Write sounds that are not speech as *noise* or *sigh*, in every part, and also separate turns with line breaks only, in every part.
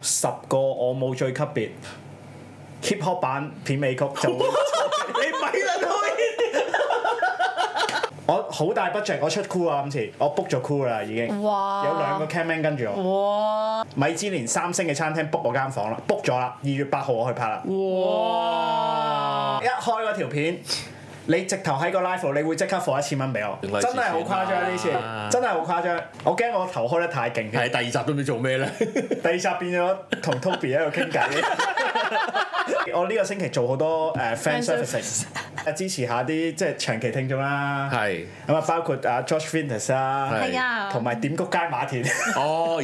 十個我冇最級別 hip hop 版片尾曲
*laughs*
就會你咪啦推！ *laughs* 我好大 budget，我出 cool 啊！今次我 book 咗 cool 啦，已經
嗯哇
有兩個 cameraman 跟住我。
哇
米芝蓮三星嘅餐廳 book 我間房啦，book 咗啦，二月八號我去拍啦。
哇！
一開嗰條片，你直頭喺個 live 度，你會即刻付一千蚊俾我，
原來
真係好誇張呢次
啊，
真係好誇張。我驚我頭開得太勁
係
添，
第二集都唔知做咩咧。
第二集變咗同 Toby 喺度傾
*laughs*
偈。我呢個星期做好多誒 fan service，支持下啲即係長期聽眾啦。
係
咁啊，包括啊 Josh Finnis 啦，
係
係啊，
同埋點谷街
*laughs*
馬田。
哦，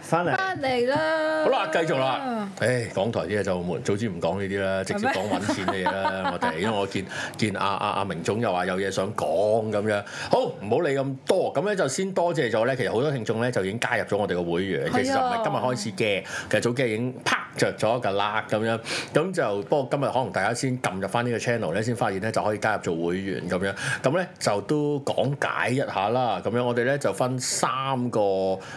翻嚟
翻嚟啦。
好啦，繼續啦。誒，港台啲嘢就好悶，早知唔講呢啲啦，直接
啊係咩
講揾錢嘅嘢啦。我哋因為我見 *laughs* 見阿阿阿明總又話有嘢想講咁樣，好唔好理咁多。咁咧就先多謝咗咧，其實好多聽眾咧就已經加入咗我哋嘅會員，
啊
其實就唔係今日開始嘅，其實早幾日已經啪着咗㗎啦咁樣。咁就不過今日可能大家先撳入翻呢個 channel 咧，先發現咧就可以加入做會員咁樣。咁咧就都講解一下啦。咁樣我哋咧就分三個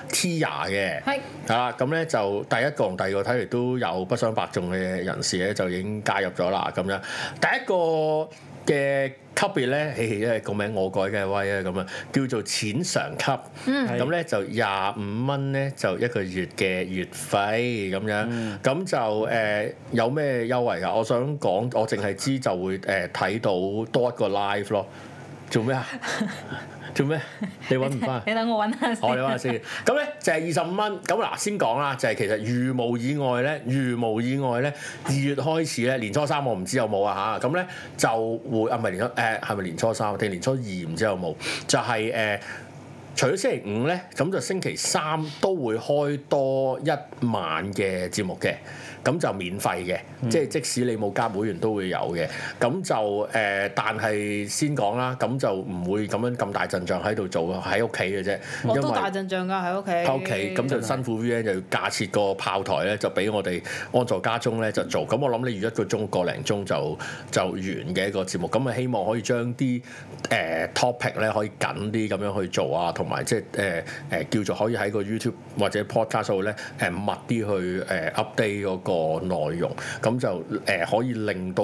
tier 嘅。
係
係啦，咁咧就第一個同第二個睇嚟都有不相伯仲嘅人士咧，就已經加入咗啦咁樣。第一個嘅級別咧，嘿嘿，因為個名我改嘅威啊咁啊，叫做淺嘗級。
嗯
咁咧就廿五蚊咧就一個月嘅月費咁樣。咁、就誒、呃有咩優惠㗎？我想講，我淨係知就會誒睇、到多一個 live 咯。做咩啊？做咩？你揾唔翻啊？
你等我揾下
我哋
先。
話先，咁咧就係二十五蚊。咁嗱，先講啦，就係、其實如無意外咧，如無意外咧，二月開始咧，年初三我唔知有冇啊吓，咁咧就會啊，唔係年初誒係咪年初三定年初二唔知有冇？就係、誒、除咗星期五咧，咁就星期三都會開多一晚嘅節目嘅。咁就免費嘅，
嗯
即係即使你冇加會員都會有嘅。咁就誒、呃但係先講啦，咁就唔會咁樣咁大陣仗喺度做，喺屋企嘅啫。
我
因
都
為
大陣仗㗎喺屋企。
喺屋企咁就辛苦 V N 就要架設個炮台咧，就俾我哋安坐家中咧就做。咁我諗你預一個鐘個零鐘就就完嘅一個節目。咁啊希望可以將啲誒 topic 咧可以緊啲咁樣去做啊，同埋即係誒誒叫做可以喺個 YouTube 或者 podcast 度咧誒密啲去誒 update 嗰個內容。咁就誒、可以令到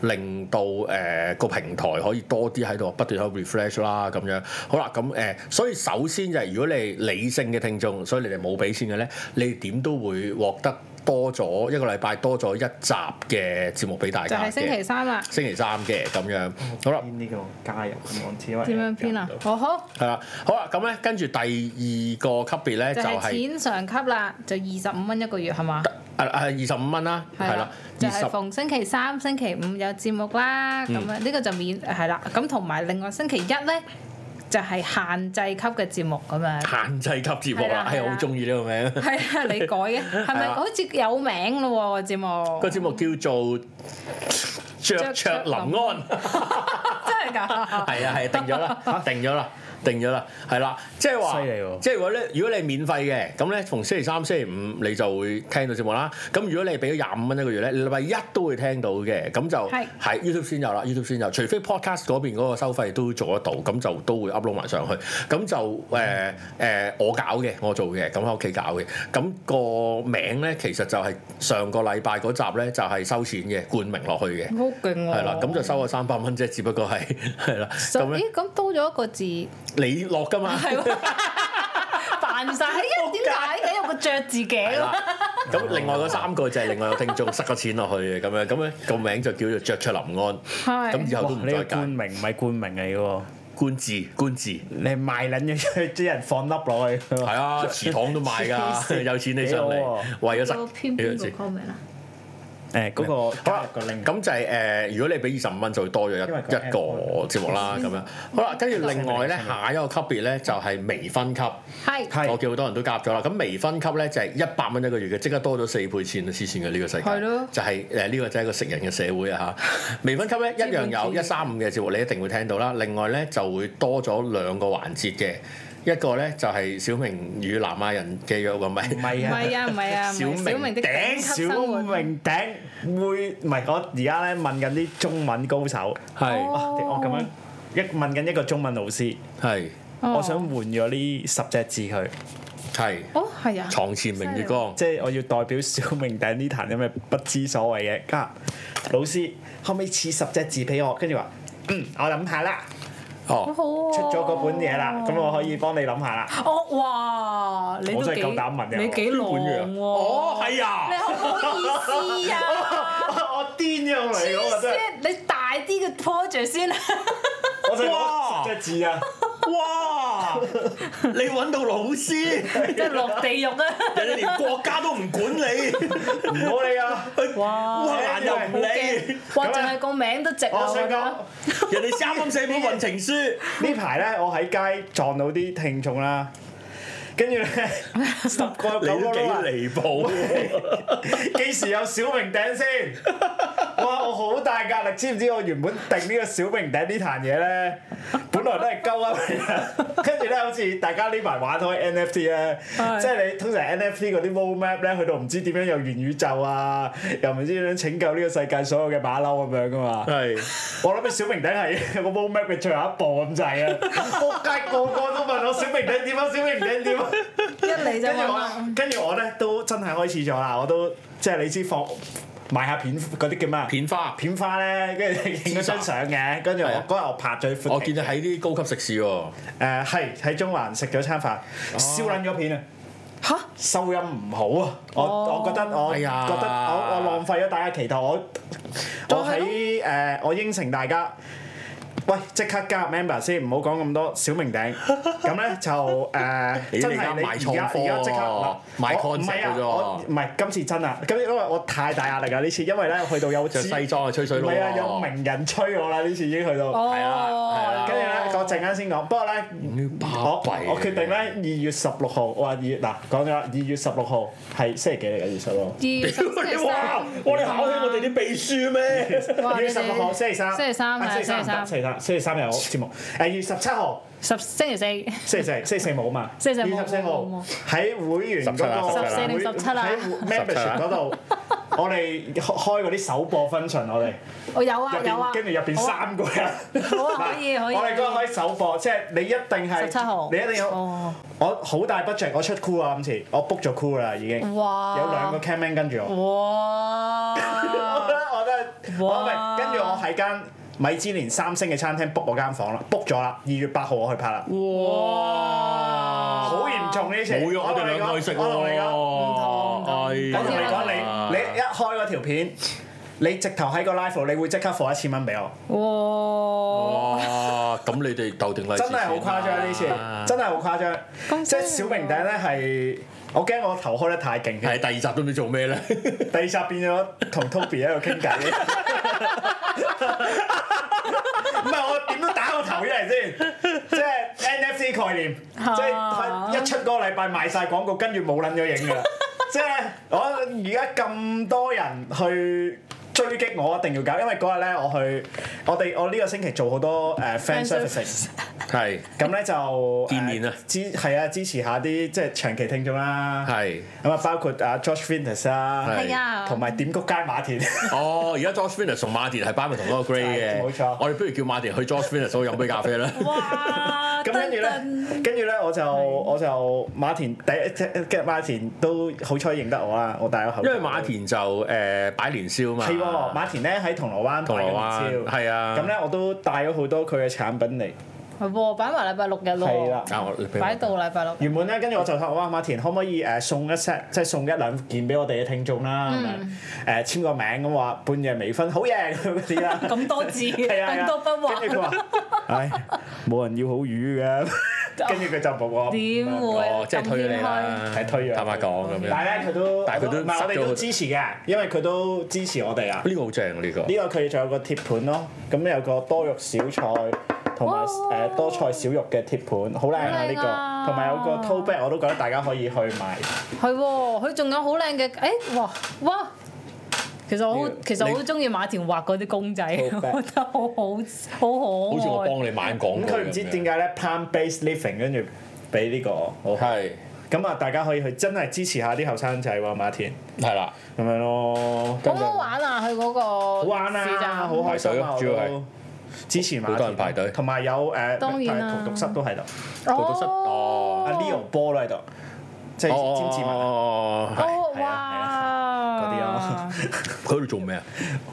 令到誒、個平台可以多啲喺度不斷喺度 refresh 啦咁樣。好啦，咁誒、所以首先就係、如果你係理性嘅聽眾，所以你哋冇俾錢嘅咧，你哋點都會獲得多咗一個禮拜多咗一集嘅節目俾大
就
家嘅。
係星期嗯三啦。
星期三嘅咁樣，好啦。
呢個加入網址
點樣編啊？哦好，
係啦，好啦，咁咧跟住第二個級別咧
就
就
係
係、
淺上級啦，就二十五蚊一個月係嘛？
啊啊二十五蚊啦，係
係
啦
啦，，
二
就
十嗯
係逢星期三、星期五有節目啦，咁樣呢個就免係啦。咁同埋另外星期一咧，就係限制級嘅節目咁樣。
限制級節目
係
啦，
啦係
係
啦
好中意呢個名。
係啊，你改嘅係
係
咪
啦
好似有名咯喎個節目？
個節目叫做雀
雀
卓林安，
*laughs* 真係㗎？
係啊係啊定咗
*laughs*
啦，定咗啦，定咗啦，係啦，即係話
犀利喎，
即係如果咧，如果你係免費嘅，咁咧逢星期三、星期五你就會聽到節目啦。咁如果你係俾咗廿五蚊一個月咧，你禮拜一都會聽到嘅，咁就
係
係 YouTube 先有啦，YouTube 先有，除非 Podcast 嗰邊嗰個收費都做得到，咁就都會 upload 埋上去。咁就誒誒、
嗯
呃呃我搞嘅，我做嘅，咁喺屋企搞嘅。咁、個名咧其實就係上個禮拜嗰集咧就係收錢嘅，冠名落去嘅。
好勁喎！
係啦，咁就收咗三百蚊啫，只不過係 *laughs* 係啦，
哦所
咁咧
咦咁多咗一個字，
你落噶嘛，
係喎，扮曬 *laughs* 因為點解嘅有個着字
係
嘅
啦，咁另外嗰三個就係另外有聽眾塞咗錢落去嘅，咁樣咁咧個名就叫做雀卓林安，咁以
係
後都唔
哇！呢
再
個冠
揀
名唔係冠名嚟嘅喎，
官字官字，
你係賣撚咗出去，啲人放粒落去。
係啊，祠堂都
*laughs* 黐
賣㗎，
線
有錢你上
幾
嚟
好喎，
為咗
*laughs*
塞
個偏邊個 comment 啊？
*laughs* 誒嗰個
好
加
啦
入，個 link。
咁就係、誒，如果你俾二十五蚊，就會多咗一
因為佢
一個
add-on
節目啦，咁樣。好啦，跟住另外咧，下一個級別咧就係微分級。
係
係
我見好多人都夾咗啦。咁微分級咧就係一百蚊一個月嘅，即刻多咗四倍錢啊！黐線嘅呢個世界，
係咯
就係誒呢個真係一個食人嘅社會啊嚇。微分級咧一樣有一三五嘅節目，你一定會聽到啦。另外咧就會多咗兩個環節嘅，一個咧就係小明與南亞人嘅約會，唔
唔
係
唔
係啊，
*laughs* 係啊？唔係啊？唔係
小明
小明的頂
頂
級
小
生活。
明頂會唔係我而家咧問緊啲中文高手，
係
哦
我咁樣一問緊一個中文老師，
係
哦
我想換咗呢十隻字佢，
係
哦係啊，
床前明月光，
即係我要代表小明頂呢壇咁嘅不知所謂嘅家老師，可唔可以似十隻字俾我？跟住話，嗯，我諗下啦，
好
哦，
好喎
出咗嗰本嘢啦，咁我可以幫你諗下啦。
哦哇，你都
我真係
幾
夠膽問你
你幾狼
本嘢啊
喎？
哦，
哎
係啊
你，好冇意思啊！
*laughs* 我癲咗嚟講，我真係，
先，你大啲嘅 project 先
*laughs*
啊！
我想
哇
講十隻字啊！
哇！你揾到老
*laughs*
師，
即係落地獄啊！
人哋連國家都唔管你，
唔好理啊！
哇！
烏克蘭又唔
好
理
驚，哇！
咁啊
淨係個名都值啊！
我
*laughs* 我覺
想
得
講。
人哋三啱寫本運程書，
呢排咧，我喺街撞到啲聽眾啦，跟住咧十個有
你
九個
都幾
都話
離譜。
幾時有小明頂先？哇！我好大壓力，知唔知我原本定呢個小明頂呢壇嘢咧，本來都係鳩啊嚟嘅，跟住咧好似大家呢排玩開 NFT 咧，
係
啊即係你通常 NFT 嗰啲 roadmap 咧，去到唔知點樣有元宇宙啊，又唔知點樣拯救呢個世界所有嘅馬騮咁樣噶嘛。
係
我諗起小明頂係個 roadmap 嘅最後一步咁滯啊！仆街個個都問我小明頂點啊，小明頂點啊！
一嚟就
跟住
問
我
啦，，
跟住我咧都真係開始咗啦，我都即係你知放賣下片嗰啲叫咩啊？
片花，
片花咧，跟住影咗張相嘅，跟住
係
我
啊
嗰日我拍咗去
我
闊
見
庭
到喺啲高級食肆喎，
誒係喺中環食咗餐飯，
哦
燒撚咗片啊！
吓？
收音唔好啊！我
哦
我覺得我
哎
覺得
呀
我我浪費咗大家期待，我
就
我
係咯
喺誒我應承大家，喂即刻加入 member 先，唔好講咁多小明頂。
*laughs*
咁咧就
你
誒真
而家
係你
賣
而
重
家
貨
而家即刻嗱
賣
我唔
concept
係啊
嘅啫喎
我唔係今次真啊，咁因為我太大壓力啦呢次，因為咧去到有
着
知
西裝嘅吹水
唔
佬
係啊
喎。
有
*laughs*
名人吹我啦呢次已經去到，
係啦係
哦
啦，
跟住咧我陣間先講，不過咧。
你巴
我
閉啊
我決定咧，二月十六號，我話二月嗱講咗啦，二月十六號係星期幾嚟嘅？二月十六，
二十星期三，
我哋考起我哋啲秘書咩？
哇
二月十六號星期三，
星期三
啊
係
星期
星期
三
三
唔得，星期三，星期三有節目。誒，二月十七號，
十星期四，
星期四，星期四冇啊嘛？
星期四冇
二月十四號
冇冇
喺會員嗰
17啊
個
14定
會
17啊
喺 membership 嗰度，我哋開開嗰啲首播 function，我哋
我有啊
入
有啊
邊，跟住入邊
好啊
三個人，
好啊可以可以
我哋嗰個開首播，即係你一定係
十七號，
你一定有
哦，
我好大 budget，我出 cool 啊今次，我 book 咗 cool 啦已經。
哇，
有兩個 camman 跟住我， *laughs* 我覺
哇，
得我覺得
啊哇
我咪跟住我喺間米芝蓮三星嘅餐廳 book 我間房啦，book 咗啦，二月八號我去拍啦，
哇！
好嚴重呢次，
冇咗我哋兩個去食哎啊
我同你講，
喎，
我同你
唔
講，
同
你你一開嗰條片，你直頭喺個 live 你會即刻付一千蚊俾我，
哇，
哇！咁你哋鬥定利
真係好誇張呢次，真係好誇張，
咁
即係
犀利
小明頂咧係，我驚我頭開得太勁嘅，
係第二集都唔知做咩咧，
第二集變咗同 Toby 喺度傾偈，唔係我點都打個頭出嚟先，即係 NFT 概念，即
啊
係一出嗰個禮拜賣晒廣告，跟住冇撚咗影㗎啦，即係我而家咁多人去。追擊我一定要搞，因為嗰日咧我去，我哋我呢個星期做好多誒 fan
Fan
servicing，
係
咁咧就
*laughs* 見面啊
呃支係啊支持下啲即係長期聽眾啦，
係
咁啊包括啊 Josh Ventus 啦，
係啊，
同埋點谷街馬
*laughs*
田，
哦。而家 George Venus 同 Martin 係班咪同嗰個 Grey
係
嘅，
冇錯
我哋不如叫 Martin 去 George Venus 度飲杯咖啡啦。
*laughs*
哇，
咁跟住咧
噔噔，
跟住咧我就我就馬田第一即跟住馬田都好彩認得我啦，我戴咗口
因
罩，
為馬田就誒擺年宵嘛，
係喎，馬田咧喺銅鑼灣
銅
擺緊
鑼
年
灣
宵，
係啊。
咁咧我都帶咗好多佢嘅產品嚟，
係喎，擺埋禮拜六日咯，
係啦
啊，我你俾我
擺到禮拜六。
原本咧，跟住我就話：哇，馬田可唔可以誒、呃送一 set，即係送一兩件俾我哋嘅聽眾啦？
嗯
咁樣誒簽個名咁話半夜微醺，好嘢咁嗰啲啦。
*laughs* 咁多字，
係啊係
咁
啊
多筆
跟住佢
畫，
話：唉，冇人要好
*laughs*
魚嘅。跟住佢就冇我。
點會
哦，即係推你
咁
啦，
係推咗
坦白講咁
但
樣，
係咧，佢都，
但係佢都
唔係我
塞
哋
咗
都
好
支持嘅，因為佢都支持我哋啊。
呢個好正啊呢個
呢。個佢仲有個鐵盤咯，咁有個多肉小菜同埋
哇
誒多菜少肉嘅鐵盤，好靚啊呢
好靚
個，
啊
同埋有個 tote bag 我都覺得大家可以去買。
係喎，佢仲有好靚嘅，誒哇哇！其實我好
你，
其實我好中意馬田畫嗰啲公仔，我覺得好好
好似
好
我
可愛。
幫你買廣
咁
告
佢唔知點
解
解咧 plan based living 跟住俾呢個我
係
咁啊，大家可以去真係支持下啲後生仔喎，馬田
係啦，
咁樣咯，
好
跟
唔
住
好玩啊！佢嗰個
好玩
市集
啊，好開心啊，
排隊咯主要係
我支持馬田啊
好多人排隊
同埋有誒，
當然啦
同讀室都喺度，
讀到失哦
阿 Leo 波都喺度，即係詹志文。
哦，係
哦，
係啊嗰啲
哇
咯！
佢喺度做咩啊？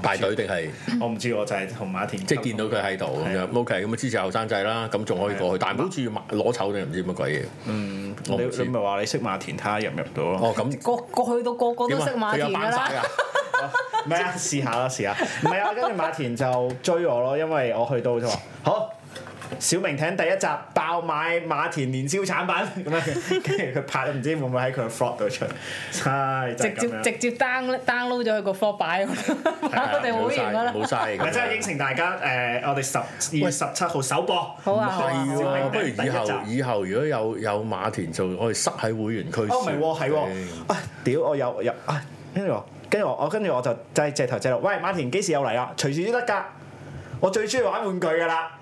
排隊定係
我唔知，我就係同馬田
即係見到佢喺度咁樣？OK，咁啊支持後生仔啦，咁仲可以過去，但係唔好住攞籌定唔知乜鬼嘢。
嗯，你
我唔知
你咪話你識馬田，睇下入唔入到咯？
哦，咁
*laughs* 個個去到個個都
點啊
識馬
佢有
田㗎
班
啦
晒。啊！
唔係啊，試下啦，試下。唔係啊，跟住馬田就追我咯，因為我去到就話好。小明艇第一集爆買馬田年宵產品咁樣，跟住佢拍唔知會唔會喺佢嘅 flog 度出，唉，就
直
係咁
接
樣。
直接 down download 咗佢個科擺，擺 *laughs* 我哋會員㗎啦。
啊冇晒，
唔係真係應承大家誒、我哋十二月十七號首播。
好啊，好啊
係
好
喎，
啊
不如以後以後如果有有馬田就可以塞喺會員區先。
哦，唔係喎，係
誒
喎，啊屌！我有有啊，跟住我，跟住我，我跟住我就即係借頭借路，喂馬田幾時又嚟啊？隨時都得㗎，我最中意玩玩具㗎
*laughs*
啦。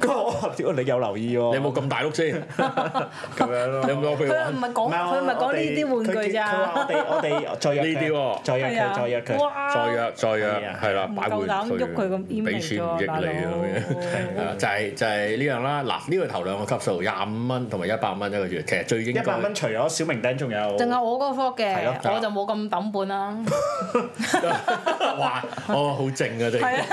跟住我話屌你有留意喎，
你有冇咁大碌先？
*laughs*
你
咁樣咯？
有冇攞俾
佢
我玩
唔？係講，哦佢唔係講呢啲玩具
佢話我
咋。
哋我
*laughs*
哋再約
呢啲
佢，
喎
再約
係啊
佢，再約佢。
哇！
再約再
係
約
啊，
係啦，
唔
擺會
夠膽
員
喐佢咁
區，
黏
俾
嚟
錢
咗
唔益你啊
大佬
咁樣。係啊啦就係就係呢樣啦。嗱，呢個頭兩個級數，廿五蚊同埋一百蚊一個月，其實最應
一
該
百蚊除咗小明頂，仲有
仲有我嗰科
係咯係
嘅，
咯
我就冇咁抌本啦。
*laughs* 哇！哦，好靜啊，真係
係啊。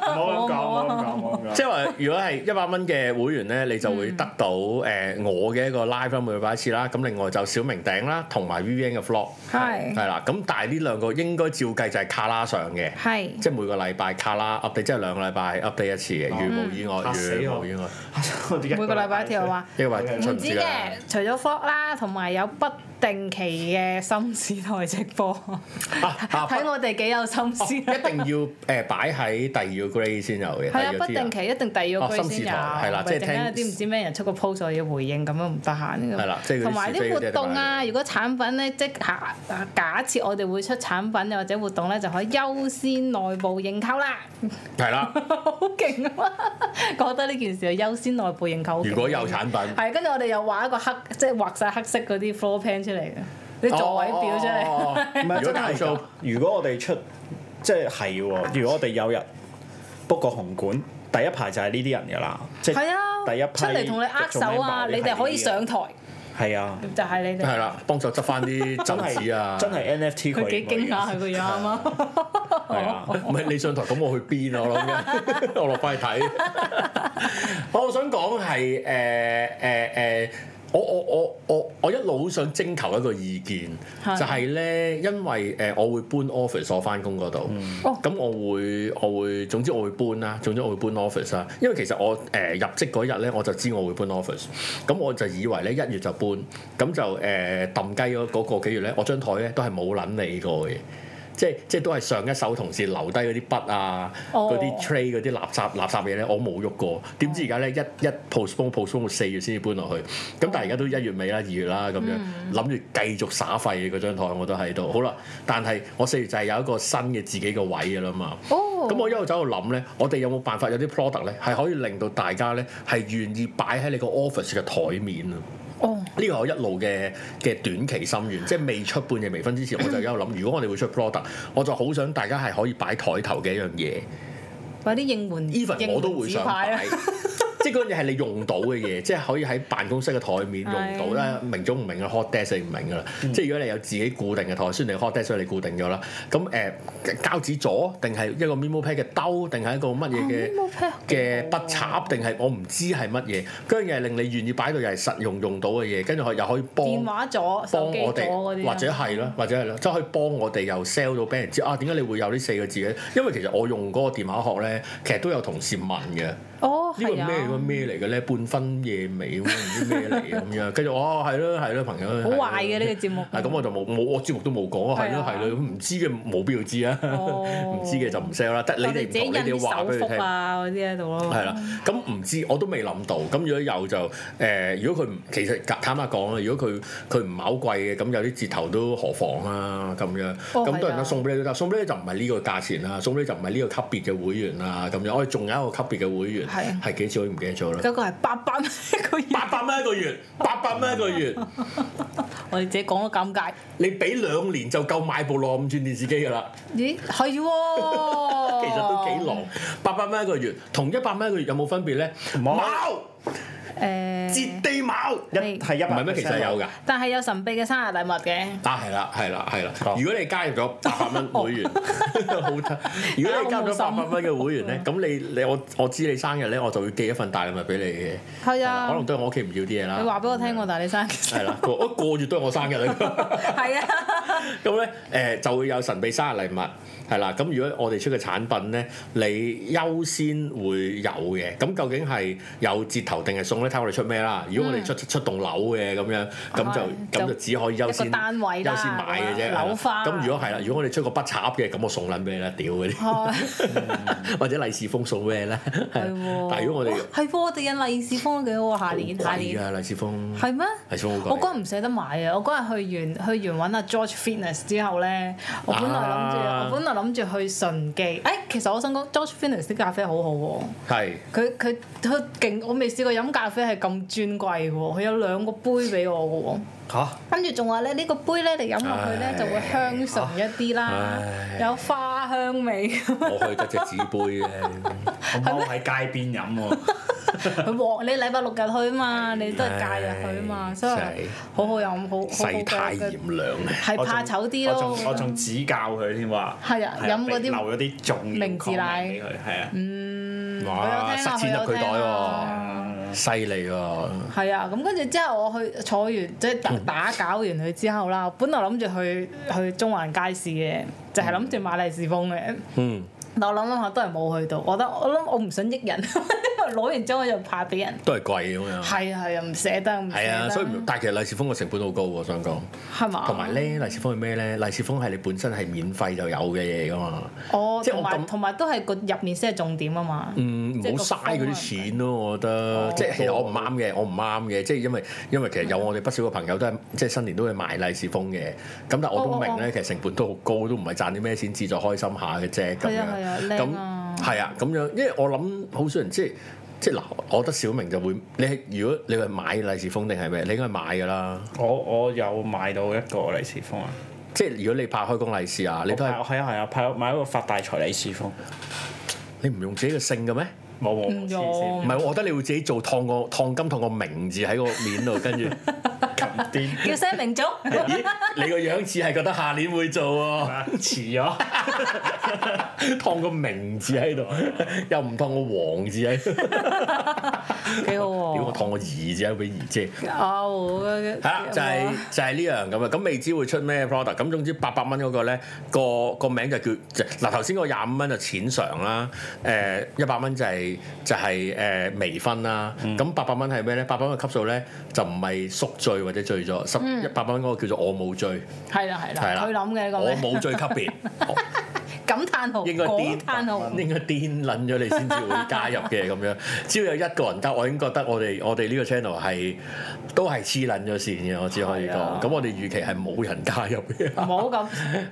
唔好咁講，唔好
冇
咁
啊
講，唔
*laughs*
好咁講。
即係話，如果係一百蚊嘅會員咧，你就
嗯
會得到誒、呃我嘅一個 live 啦，每個禮拜一次啦。咁另外就小明頂啦，同埋 VVN 嘅 vlog
係啊
係啦。咁但係呢兩個應該照計就係卡拉上嘅，
係
即係每個禮拜卡拉 update，即係兩個禮拜 update 一次嘅，
哦
如無意外，
嚇死
如
我
無意外，
*laughs* 我哋一
每個禮拜一條啊係嘛？
因為
唔
唔
知
知啦
嘅，除咗 f o 啦，同埋有不定期嘅心事台直播，
啊
*laughs*
哦
睇我哋幾有心思。
一定要誒擺喺第二個 grade 先有嘅，
係啊，
第
不
二個
定
tier
期一定第二
哦
個 grade
心
先
事
有，
台係啦
咪
即係
陣間有
聽
啲唔知咩人出個 post 我要回應，咁樣唔得閒呢個
係啦即係嗰啲
同埋
是非
啲
嗰啲
活
一定
動啊，
係
如果產品咧即下啊假設我哋會出產品又或者活動咧，就可以優先內部認購啦。
係啦。
好勁啊！ *laughs* 覺得呢件事優先內部認購好勁。
如果有產品。
係，跟住我哋又畫一個黑，即係畫晒黑色嗰啲 floor plan 出嚟嘅，啲座位表出
哦
嚟。
哦哦
唔係
如果
真
大
係
數
㗎，如果我哋出即係係喎，如果我哋有人 book 個紅館，第一排就係呢啲人㗎啦，
哦
即
係啊，
第一
出嚟
批
同你握手啊！
嘅
你哋可以上台，
係啊，
就係你
係 *laughs*
哋。
啦，幫手執翻啲
真
就紙啊，
係真係 NFT
佢幾驚訝
訝
佢個樣啊嘛！
係啊， *laughs*
唔係你上台咁，我去邊啊？我諗緊，我落翻去睇。我想講係誒誒誒，我我我我我一路好想徵求一個意見，
係
就係咧，因為誒我會搬 office，我翻工嗰度，
哦
咁我會我會總之我會搬啦，總之我會搬 office 啦。因為其實我誒入職嗰日咧，我就知我會搬 office，咁我就以為咧一月就搬，咁就誒揼雞嗰嗰個幾月咧，我張台咧都係冇撚理過嘅。即係即係都係上一手同事留低嗰啲筆啊，
哦
嗰啲 tray 嗰啲垃圾垃圾嘢咧，我冇喐過。點知而家咧一一 postpone postpone 到四月先至搬落去，咁但係而家都一月尾啦、二月啦咁樣，諗住繼續耍廢嗰張台我都喺度。好啦，但係我四月就係有一個新嘅自己嘅位㗎啦嘛。
哦
咁我一路走喺度諗咧，我哋有冇辦法有啲 product 咧係可以令到大家咧係願意擺喺你個 office 嘅台面啊？
哦，
呢個我一路嘅嘅短期心願，即係未出半夜微醺之前，我就一路諗，如果我哋會出 product，我就好想大家係可以擺台頭嘅一樣嘢。
或者啲應援
even 我都
應
會
援紙
想
牌
擺 *laughs*
啊！，
即係嗰樣嘢係你用到嘅嘢，即係可以喺辦公室嘅台面用到啦。明總唔明啊，hot desk 你唔明噶啦。
嗯
即係如果你有自己固定嘅台，雖然你 hot desk 所以你固定咗啦。咁誒、呃膠紙座定係一個 memo pad 嘅兜，定係一個乜嘢嘅？
哦 memo pad
嘅筆插定係我唔知係乜嘢，嗰樣嘢係令你願意擺到又係實用用到嘅嘢，跟住佢又可以
電
幫
話咗、
幫
手機
我
咗嗰
哋，
啲啊，
或者係啦，或者係啦，即係可以幫我哋又 sell 到俾人知啊，點解你會有呢四個字嘅？因為其實我用嗰個電話殼咧，其實都有同事問嘅，呢
哦，
個
係
咩
啊
嗰個，咩嚟嘅咧？半分夜尾咁樣唔知咩嚟
*laughs*
嘅咁樣，跟住我哦係咯係咯，朋友
好壞嘅呢個節目。
啊，咁我就冇冇，我節目都冇講啊，係
係
咯
啊
係咯，唔知嘅冇必要知啊，
哦
唔知嘅就唔 sell 啦，得你
我哋
哋
自己
唔
印
同，你哋
啲
話俾
手
佢聽
幅。啊嗰啲喺度咯。
係啦，咁唔知我都未諗到。咁如果有就誒、呃如果佢唔其實坦白講啊啦，如果佢佢唔係好貴嘅，咁有啲折頭都何妨啊咁樣。
哦
咁
係
當然
啊
啦，送俾你都得，送俾你就唔係呢個價錢啦，送俾你就唔係呢個級別嘅會員啦咁樣。我哋仲有一個級別嘅會員
係
係幾錢？我已經唔記得咗啦。
嗰個係八百蚊 *laughs* 一個月，
八百蚊一個月，八百蚊一個月，
哦我哋自己講到尷尬。
你俾兩年就夠買部浪五寸電視機㗎啦。
咦，係喎， *laughs*
其實都幾狼，八百蚊一個月，同一百蚊一個月有冇分別咧？
冇
冇，
誒
絕，地冇。
一係一
唔係
百
咩？其實有㗎。
但係有神秘嘅生日禮物嘅。
啊，係啦，係啦，係啦
哦！
如果你加入咗八百
*laughs* 哦
蚊會員， *laughs* 好得。如果你加入咗八百蚊嘅會員
嗯
咧，咁你你我我知你生日咧，我就會寄一份大禮物俾你嘅。
係
可能
啊，
都係我屋企唔要啲嘢啦。
你話俾我聽
咁樣
我，但係你 *laughs* 生日
係啦，個我個月都係我生日
*laughs*
啦。 *laughs*
係啊，
咁咧誒就會有神秘生日禮物。係啦，咁如果我哋出嘅產品咧，你優先會有嘅。咁究竟係有折頭定係送咧？睇我哋出咩啦。
嗯
如果我哋出出棟樓嘅咁樣，咁就
係
咁就只可以優
哦一
先
個單位啦
優先買嘅
咁樣
啫。係啦
樓花啊
咁如果係啦，如果我哋出個筆插嘅，咁我送撚俾你啦，屌
*laughs*
嗰啲，
係
或者利是封送俾你啦。
係喎。
*laughs* 但係如果我哋
哇係喎，我哋印利是封都幾好啊！下年下
好貴
年
㗎利是封，
係咩？
利是封好貴
我嗰日唔捨得買啊！我嗰日去完去完揾阿 George Fitness 之後咧，我本來諗住、
啊
我本來諗住去順記。誒、其實我想講 George Fitness 啲咖啡好好、喎。
係
佢佢佢勁，我未試過飲咖啡係咁尊貴嘅喎，佢有兩個杯俾我嘅喎。
嚇，
跟住仲話咧，呢、個杯咧你飲落去咧
唉
就會香醇一啲啦
唉，
有花香
*laughs*
味。
我去得隻紙
*laughs*
杯嘅。
我踎喺街邊飲喎，
佢旺你禮拜六日去啊嘛，你都係假日去啊嘛，
唉
所以
真係
好好飲，好好好
世態
嘅
炎涼啊！
*laughs* 係
我
怕
仲
醜啲
我仲我
咯。
仲指教佢添話，
係啊飲嗰啲
俾留咗啲重要
明治
comment
奶
俾佢，係啊，
嗯，佢
哇
有聽
塞
啦，
錢
佢
入
有
佢
聽啊
袋
啦。
犀利喎！
係啊，咁跟住之後我去坐完即係打打攪完佢之後啦，本來諗住去去中環街市嘅，就係諗住買利是封嘅。
嗯，
但我諗諗下都係冇去到，我覺得我諗我唔想益人， *laughs* 因為攞完之後我就怕俾人。
都係貴咁樣。
係啊係啊，唔捨得唔捨
係啊，
得。
所以唔但係其實利是封個成本好高喎，我想講。
係嘛？
同埋咧，利是封係咩咧？利是封係你本身係免費就有嘅嘢㗎嘛。
哦，
即係
同
我
埋
咁
同埋都係個入面先係哦重點啊嘛。
嗯，唔好嘥嗰啲錢咯，我覺得。即係其實我唔啱嘅，我唔啱嘅，即係因為因為其實有我哋不少嘅朋友都係即係新年都會買利是封嘅。咁但係我都明
哦哦
咧，其實成本都好高，都唔係賺啲咩錢，自在開心下嘅啫咁
係啊係啊
樣。
靚
咁
啊
係啊，咁樣，因為我諗好少人即係。即係嗱，我覺得小明就會，你係如果你係買利是封定係咩？你應該係買㗎啦。
我我有買到一個利是封啊，
即係如果你派開工利是啊，你
你
都
都係
係
係啊係啊，派買一個發大財利是封，
你唔用自己嘅姓嘅咩？
冇冇冇
唔
黐
唔
線
用
係，我覺得你會自己做燙個燙金燙個名字喺個面度，跟住。
咁癲
*laughs* 叫聲明
*laughs*
組，
咦，你個樣似係覺得下年會做喎、
啊遲咗。
*laughs* 燙個名字喺度，又唔燙個黃字喺度，
幾好
如果我
喎。
燙個兒字喺俾兒姐。
哦，係
係啦，就係、就係呢樣咁啊！咁未知會出咩 product？咁總之八百蚊嗰個咧，個個名就叫就嗱頭先嗰廿五蚊就淺嘗啦，誒一百蚊就係、就係、誒微醺啦。咁八百蚊係咩咧？八百蚊嘅級數咧就唔係宿醉或者醉咗，十一百蚊嗰個叫做我冇醉，
係啦係啦
係，啦，
佢諗嘅呢個
我
咩？
冇醉級別。
感嘆號，
應該癲
感
*laughs*
嘆號。
應該癲撚咗你先至會加入嘅咁樣。只要有一個人得，我已經覺得我哋我哋呢個 channel 係都係黐撚咗線嘅，我只可以
係啊
講。咁我哋預期係冇人加入嘅。
唔好咁，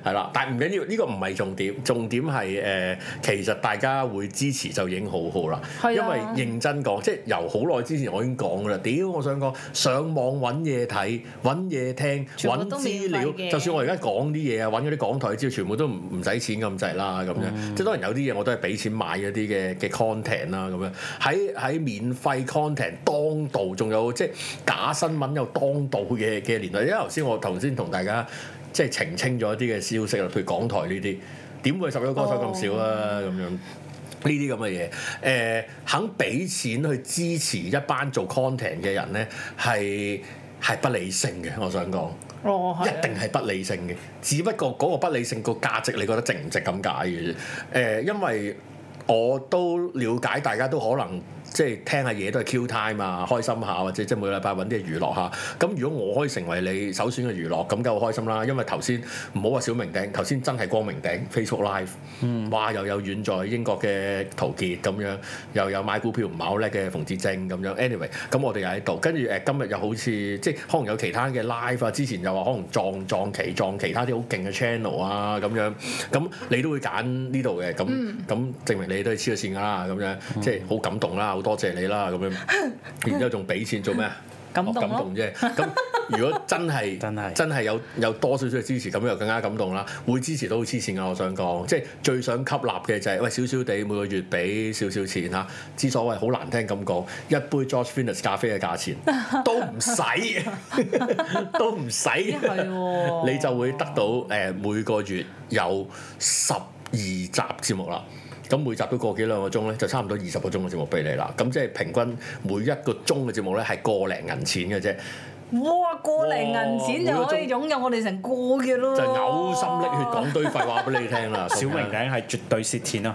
係啦，但係唔緊要，呢、個唔係重點，重點係誒、呃其實大家會支持就已經好好啦。
係啊
因為認真講，即係由好耐之前我已經講㗎啦。屌，我想講上網揾嘢睇、揾嘢聽、
全部
揾
都
資
免費
料，
嘅
就算我而家講啲嘢啊，揾嗰啲港台資料，全部都唔唔使錢咁滯啦，咁樣。即係當然有啲嘢我都係俾錢買嗰啲嘅嘅 content 啦，咁樣喺喺免費 content 當道，仲有即係假新聞有當道嘅嘅年代。因為頭先我頭先同大家即係澄清咗一啲嘅消息啦，譬如港台呢啲，點會十一個歌手咁少啊？咁樣。呢啲咁嘅嘢，誒、肯俾錢去支持一班做 content 嘅人咧，係係不理性嘅，我想講。
哦，係啊
一定係不理性嘅，只不過嗰個不理性個價值，你覺得值唔值咁解嘅啫？誒、因為我都了解大家都可能即係聽下嘢都係 Q time 啊，開心下或者即係每個禮拜揾啲嘢娛樂下。咁如果我可以成為你首選嘅娛樂，咁梗係好開心啦。因為頭先唔好話小明頂，頭先真係光明頂 Facebook Live，、哇又有遠在英國嘅陶傑咁樣，又有買股票唔係好叻嘅馮志正咁樣。anyway，咁我哋又喺度，跟住誒今日又好似即係可能有其他嘅 live 啊，之前又話可能撞撞期撞其他啲好勁嘅 channel 啊咁樣，咁你都會揀呢度嘅，咁咁、證明你都係黐咗線㗎啦，咁樣即係好感動啦，好多謝你啦咁樣，然之後仲俾錢做咩啊？
感動咯
哦感動啫。
*laughs*
咁如果真係
真係
真係有有多少少嘅支持，咁又更加感動啦。會支持都好黐線㗎，我想講，即係最想吸納嘅就係、喂少少地每個月俾少少錢啦。之所謂好難聽咁講，一杯 George Finnis 咖啡嘅價
*laughs*
錢都唔使，都唔使，
咦係喎，
*laughs* 你就會得到誒、呃每個月有十二集節目啦。咁每集都個幾兩個鐘咧，就差唔多二十個鐘嘅節目俾你啦。咁即係平均每一個鐘嘅節目咧係個零銀錢嘅啫。
哇過嚟銀錢就可以擁有我哋成個月咯，
就嘔心瀝血講堆廢話俾你聽啦。
哦小明頂係絕對蝕錢咯，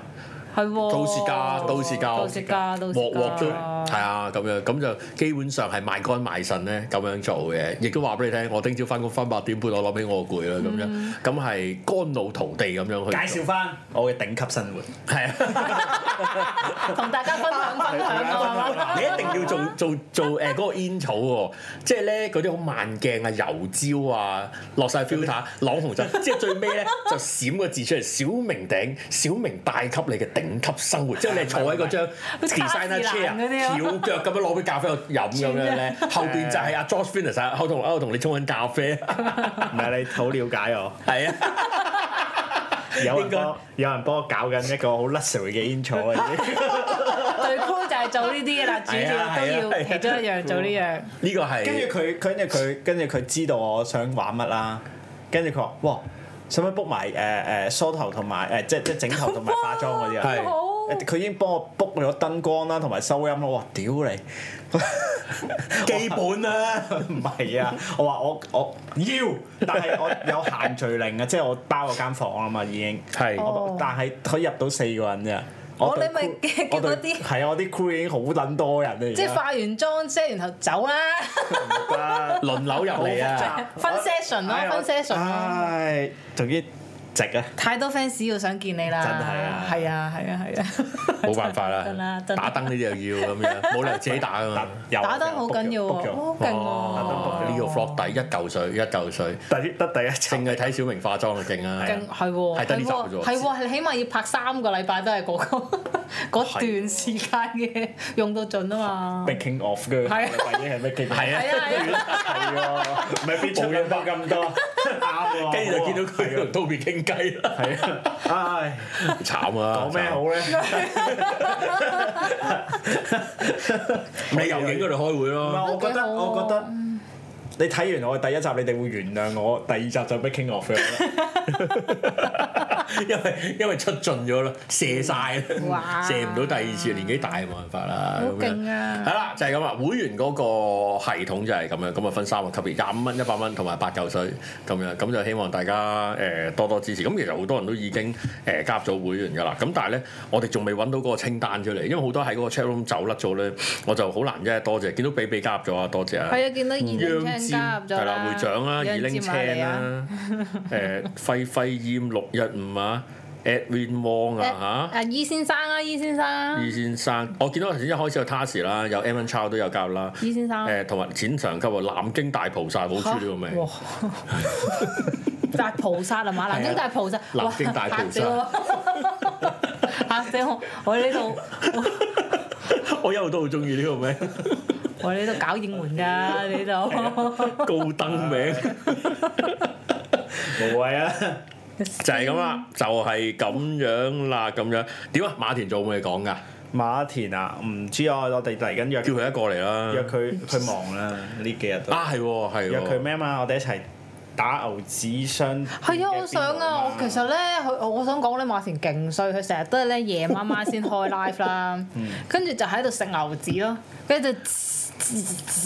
係喎，
都是價，都是價，
都是價，都是
鑊鑊都
價
係啊，咁樣咁就基本上係賣肝賣腎咧咁樣做嘅，亦都話俾你聽，我聽朝翻工翻八點半，我諗起我攰啦咁樣，咁係肝腦塗地咁樣去做
介紹翻我嘅頂級生活。
係啊。
啊同大家分享分享啊係嘛。
你一定要做
啊
做
*laughs*
做誒嗰個煙草喎，即係咧嗰啲好慢鏡啊、油焦啊、
*laughs*
落晒 filter、朗紅就，即係最尾咧就閃個字出嚟，小明頂，小明帶給你嘅頂級生
*laughs*
活，即係你坐喺嗰張
唔係
designer
卡士
chair
蘭嗰啲啊
翹腳咁樣攞杯咖啡喺度飲咁樣
*laughs*
咧，後邊就係阿 George Finnis 啊，我同我同你沖緊咖啡，
唔係你好了解 *laughs* 我。
係啊。
有
應
人
該
幫有人幫我搞緊一個好 luxury 嘅煙草啊！已經
對 crew 就係做呢啲嘅啦，主
係啊
要都
係啊
要其中一樣做呢樣。
呢個
*laughs* 跟
係
住佢，跟住佢，跟住佢知道我想玩乜啦。跟住佢話：哇，使唔使 book 埋誒誒梳頭同埋誒即即整頭同埋化妝嗰啲啊？
*laughs*
係
好
誒佢已經幫我 book 咗燈光啦，同埋收音啦。哇！屌你，
基本啦。
唔係啊！我話我我要，但係我有限聚令啊，即係我包嗰間房啊嘛，已經。
係
哦
但係可以入到四個人啫。
我
對
你咪
crew-
叫
我對
嗰啲
係啊！我啲 crew 已經好撚多人啦，啊而
即係
家
化完妝啫，然後走啦，
唔得
輪流入嚟啊！
分 session 咯
唉
分
我
session 咯
啊唉，總之值啊！
太多 fans 要想見你啦，
真係啊
係啊，係啊，係啊，
冇辦法啦
得啦，得啦
打燈呢啲又要咁樣，冇理由自己打噶嘛。
*laughs*
有
嗯打燈好啊緊要啊哦
book 咗
喎，好勁
哇！
喎，
呢個 flog 底一嚿水一嚿水，
但係得第一
淨
啊
程
係睇小明化妝就勁啊！
勁係喎，
係得呢集嘅啫
係喎，你起碼要拍三個禮拜都係嗰個嗰段時間嘅用到盡啊嘛，
making off 嘅，
係啊
已經係 making
係啊
係啊係啊，
係喎，唔係邊出咁多咁多， *laughs* 啱喎。
跟住就見到佢同 Toby 傾偈
*laughs*
啦，
係啊，唉，
慘啊！
講咩好
*laughs*
咧？
慘？你游影嗰度開會
唔
咯，
係，我覺得我覺得。你睇完我嘅第一集，你哋會原諒我；第二集就 making off
*laughs*
嘅啦。
因為因為出盡咗啦，射晒啦
哇，
射唔到第二次，年紀大啊冇辦法啦。
好
咁樣
勁啊
係啦，就係咁啦。會員嗰個系統就係咁樣，咁啊分三個級別，廿五蚊、一百蚊同埋八嚿水咁樣，咁就希望大家誒、呃多多支持。咁其實好多人都已經誒、呃加入咗會員㗎啦，咁但係咧，我哋仲未揾到嗰個清單出嚟，因為好多喺嗰個 chat room 走甩咗咧，我就好難啫。多謝，見到比比加入咗啊，多謝啊。
係啊，見到二零
央
聽加入
占
咗
係啦，會長啦，二拎車
馬利啊
啦， *laughs* 誒輝輝煙六一五啊，Edwin Wong 啊嚇。
誒伊先生啊，伊先生啊，
二先生，我見到頭先一開始有 Tars 啦，有 Evan Chow 都有教啦，
伊先生
誒同埋淺上級喎，啊南京大菩薩好
嚇
中意呢個名
哇，
*laughs*
大菩薩啊嘛，南京大菩薩，
南
哇
京大菩薩
嚇死我嚇死我！我喺呢度，
我一路都好中意呢個名， *laughs*
我喺呢度搞應援㗎，你呢度
高登名
無謂啊！
*laughs* 就係咁啦，就係咁樣啦，咁樣點啊？馬田做冇嘢講㗎，
馬田啊，唔知啊，我哋嚟緊約
叫佢一個嚟
約
啦。
佢佢忙啦，呢幾日都
啊，係喎，係
約佢
喎，
咩嘛？我哋一齊打牛子商。
*laughs* 係啊，我想啊，我其實咧，佢我想講咧，馬田勁衰，佢成日都
嗯
係咧夜媽媽先開 live 啦，跟住就喺度食牛子咯，跟住就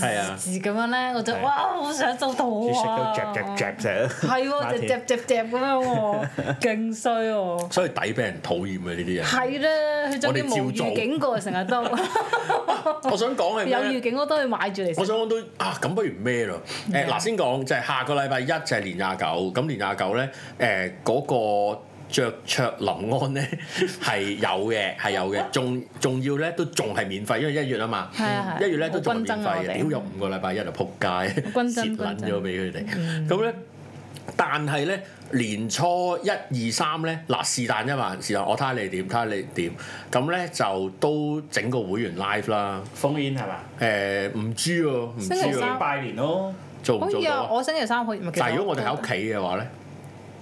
係啊
字咁樣咧，我就
係
哇好想做肚
要食
啊！
到嚼嚼嚼嚼。
係喎，
馬
就
田
嚼嚼嚼咁
*laughs*
樣喎，勁衰喎！
所以抵俾人討厭嘅
*laughs*
呢啲人。
係咧，佢仲
我哋
要無
照做
預警過，成日
*laughs*
都
我想講
有
係咩
預
咧？
警我都要買住嚟
我
食。
想講到啊，咁不如咩咯？誒嗱，先講就係下個禮拜一就係年廿九，咁年廿九咧誒嗰個。着卓林安咧 *laughs* 係有嘅，係有嘅，仲仲要咧都仲係免費，因為一月啊嘛，
哦係啊係啊
一月咧都仲係免
好均
費嘅，
真啊
屌有五個禮拜一就撲街，
均真
蝕
均
撚
真
咗俾佢
嗯
哋，咁咧。但係咧，年初一二三咧，嗱是但啫嘛，是但我睇下你點，睇下你點，咁咧就都整個會員 live 啦。
封煙係嘛？
誒、唔知喎，唔知
星期
喎
三，
拜年咯，
做唔
可
做
以
到
啊！
啊？
我星期三可以，唔係其實
但係如果我哋喺屋企嘅話咧，